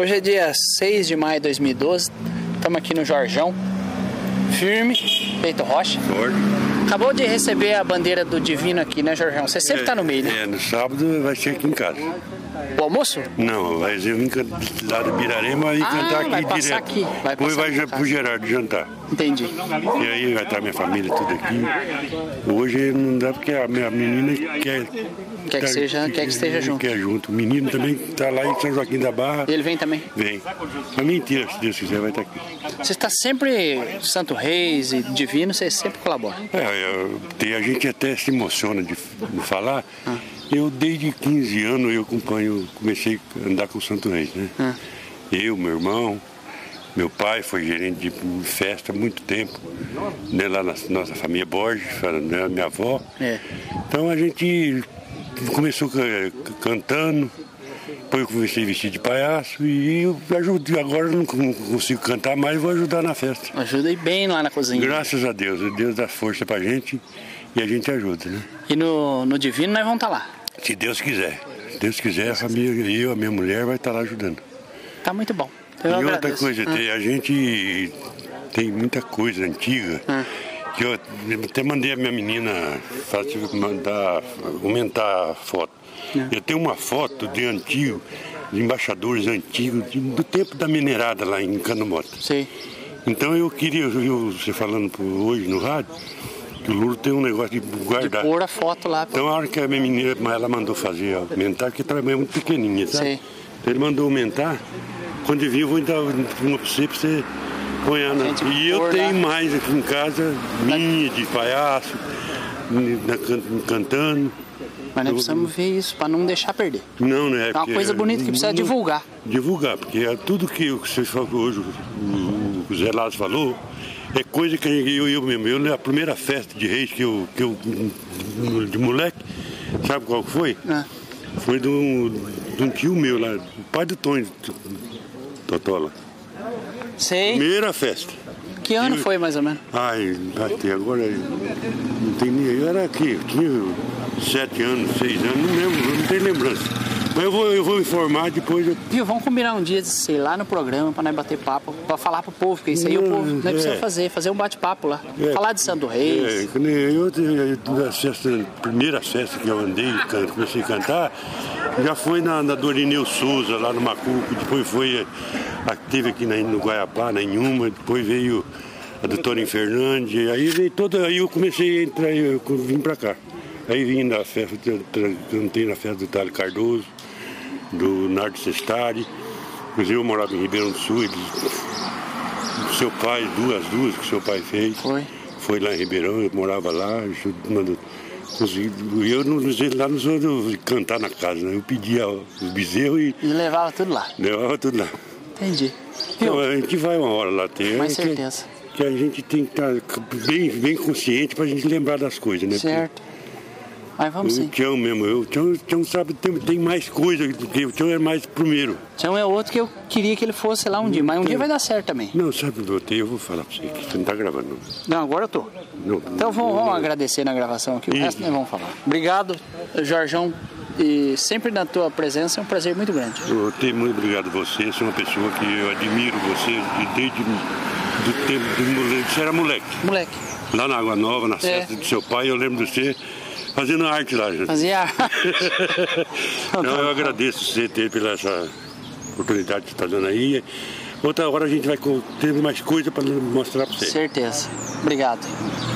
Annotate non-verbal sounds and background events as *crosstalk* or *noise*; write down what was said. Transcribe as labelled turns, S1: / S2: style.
S1: Hoje é dia 6 de maio de 2012. Estamos aqui no Jorjão. Firme, peito rocha.
S2: Forte.
S1: Acabou de receber a bandeira do Divino aqui, né, Jorjão? Você sempre tá no meio, né?
S2: É, no sábado vai ser aqui em casa.
S1: O almoço?
S2: Não, vai ser vir can- lá de Birarema e
S1: Ah,
S2: cantar aqui
S1: vai passar
S2: direto.
S1: aqui, vai
S2: Depois
S1: passar
S2: vai já
S1: aqui.
S2: pro Gerardo jantar.
S1: Entendi.
S2: E aí vai estar minha família tudo aqui. Hoje não dá porque a minha menina quer. tá né,
S1: Quer que seja- quer que esteja junto.
S2: Quer junto. O menino também que tá lá em São Joaquim da Barra.
S1: Ele vem também.
S2: Vem. Mas mentira, se Deus quiser, vai estar aqui.
S1: Você está sempre Santo Reis e Divino, você sempre colabora.
S2: É, eu- tem, a gente até se emociona de, de falar. Eu, desde 15 anos, eu acompanho, comecei a andar com o Santo Reis, né? Eu, meu irmão, meu pai foi gerente de festa há muito tempo, né, lá na nossa família Borges, né, minha avó.
S1: É.
S2: Então a gente começou ca- cantando, depois eu comecei a vestir de palhaço e eu ajudei. Agora eu não con- consigo cantar mais, vou ajudar na festa.
S1: Ajudei bem lá na cozinha.
S2: Graças a Deus, né? Deus dá força pra gente e a gente ajuda, né?
S1: E no, no Divino nós vamos estar lá.
S2: Se Deus quiser. Se Deus quiser, a família, eu, a minha mulher, vai estar lá ajudando.
S1: Tá muito bom. Eu
S2: e outra
S1: agradeço.
S2: coisa, tem- a gente tem muita coisa antiga
S1: Hum.
S2: que eu até mandei a minha menina fazer, mandar aumentar a foto.
S1: Hum.
S2: Eu tenho uma foto de antigo, de embaixadores antigos, de- do tempo da minerada lá em Canomota.
S1: Sei.
S2: Então eu queria, eu, eu- você falando por- hoje no rádio, que o Lula tem um negócio de guardar.
S1: Pôr a foto lá.
S2: Então a hora que a minha menina, mas ela mandou fazer aumentar, porque ela é muito pequenininha, sabe?
S1: Sim.
S2: Então Ele mandou aumentar, quando eu vir eu vou dar uma pra você, pra você pôr na...
S1: Gente,
S2: E eu
S1: pôr
S2: tenho
S1: lá.
S2: mais aqui em casa, minha, de palhaço, na can- cantando.
S1: Mas nós precisamos ver isso para não deixar perder.
S2: Não, né?
S1: É uma
S2: porque-
S1: coisa bonita que precisa
S2: não-
S1: divulgar.
S2: Divulgar, porque é tudo que você falou hoje, o, o Zé Lázaro falou, é coisa que eu, eu mesmo, eu, na primeira festa de reis que eu, que eu de moleque, sabe qual foi?
S1: Ah.
S2: Foi de um, de um tio meu lá, o pai do Tonho, Totola.
S1: Sei.
S2: Primeira festa.
S1: Que ano foi mais ou menos?
S2: Ai, até agora não tem nem. Eu era aqui, eu tinha sete anos, seis anos, não lembro, eu não tenho lembrança. Mas eu vou, eu vou informar depois. Eu...
S1: Viu, vamos combinar um dia de sei lá no programa para nós bater papo, para falar pro povo, porque isso aí o povo nós
S2: É.
S1: precisamos fazer, fazer um bate-papo lá.
S2: É.
S1: Falar de Santo
S2: É,
S1: Reis.
S2: quando eu, eu, na festa, primeira festa que eu andei, can- comecei a cantar, já foi na, na Dorineu Souza, lá no Macuco, depois foi, a, que teve aqui na, no Guaiapá, na Inhuma, depois veio a doutora em Fernandes, aí veio toda, aí eu comecei a entrar, eu co- vim pra cá. Aí vim na festa, tra- tra- cantei na festa do Tálio Cardoso, do Nardo Sestari, inclusive eu morava em Ribeirão do Sul, eles, seu pai, duas, duas que seu pai fez.
S1: Foi.
S2: Foi lá em Ribeirão, eu morava lá, isso, mano, consegui- eu não sei lá não sou de cantar na casa, né? eu pedia os bezerros e
S1: E levava tudo lá.
S2: levava tudo lá.
S1: Entendi.
S2: Então,
S1: Viu?
S2: a gente vai uma hora lá ter.
S1: Com
S2: que- é
S1: certeza.
S2: Que, a gente tem que estar bem, bem consciente pra gente lembrar das coisas, né?
S1: Certo. Mas
S2: Porque
S1: vamos
S2: O
S1: sim.
S2: Tião mesmo, eu, o Tião, o Tião sabe, tem, tem mais coisa, porque o Tião é mais primeiro.
S1: Então é outro que eu queria que ele fosse lá um dia, mas um
S2: Então.
S1: dia vai dar certo também.
S2: Não, sabe, Dotei, eu vou falar pra você, que você não tá gravando.
S1: Não, agora eu tô.
S2: Não,
S1: Então vamos, vamos agradecer na gravação aqui, o
S2: Isso.
S1: resto nós vamos falar. Obrigado, Jorjão, e sempre na tua presença é um prazer muito grande.
S2: Eu tenho muito obrigado a você, você é uma pessoa que eu admiro você de- desde do tempo de moleque. Você era moleque,
S1: Moleque,
S2: lá na Água Nova, na festa do seu pai, eu lembro de você fazendo arte lá. gente.
S1: *laughs* fazia.
S2: Então eu agradeço você ter pela essa oportunidade que você está dando aí. Outra hora a gente vai co- ter mais coisa para mostrar para você.
S1: Certeza. Obrigado.